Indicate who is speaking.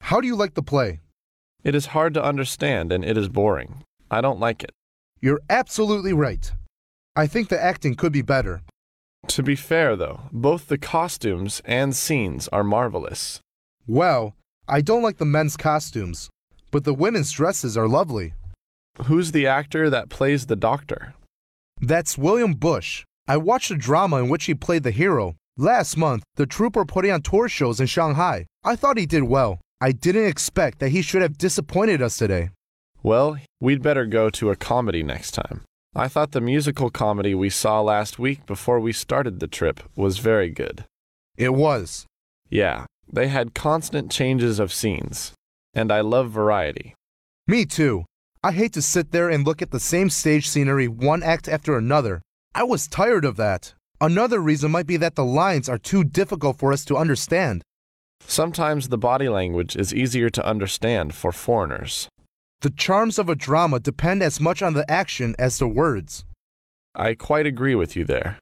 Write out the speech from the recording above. Speaker 1: How do you like the play?
Speaker 2: It is hard to understand and it is boring. I don't like it.
Speaker 1: You're absolutely right. I think the acting could be better.
Speaker 2: To be fair, though, both the costumes and scenes are marvelous.
Speaker 1: Well, I don't like the men's costumes, but the women's dresses are lovely.
Speaker 2: Who's the actor that plays the doctor?
Speaker 1: That's William Bush. I watched a drama in which he played the hero. Last month, the trooper put on tour shows in Shanghai. I thought he did well. I didn't expect that he should have disappointed us today.
Speaker 2: Well, we'd better go to a comedy next time. I thought the musical comedy we saw last week before we started the trip was very good.
Speaker 1: It was.
Speaker 2: Yeah, they had constant changes of scenes. And I love variety.
Speaker 1: Me too. I hate to sit there and look at the same stage scenery one act after another. I was tired of that. Another reason might be that the lines are too difficult for us to understand.
Speaker 2: Sometimes the body language is easier to understand for foreigners.
Speaker 1: The charms of a drama depend as much on the action as the words.
Speaker 2: I quite agree with you there.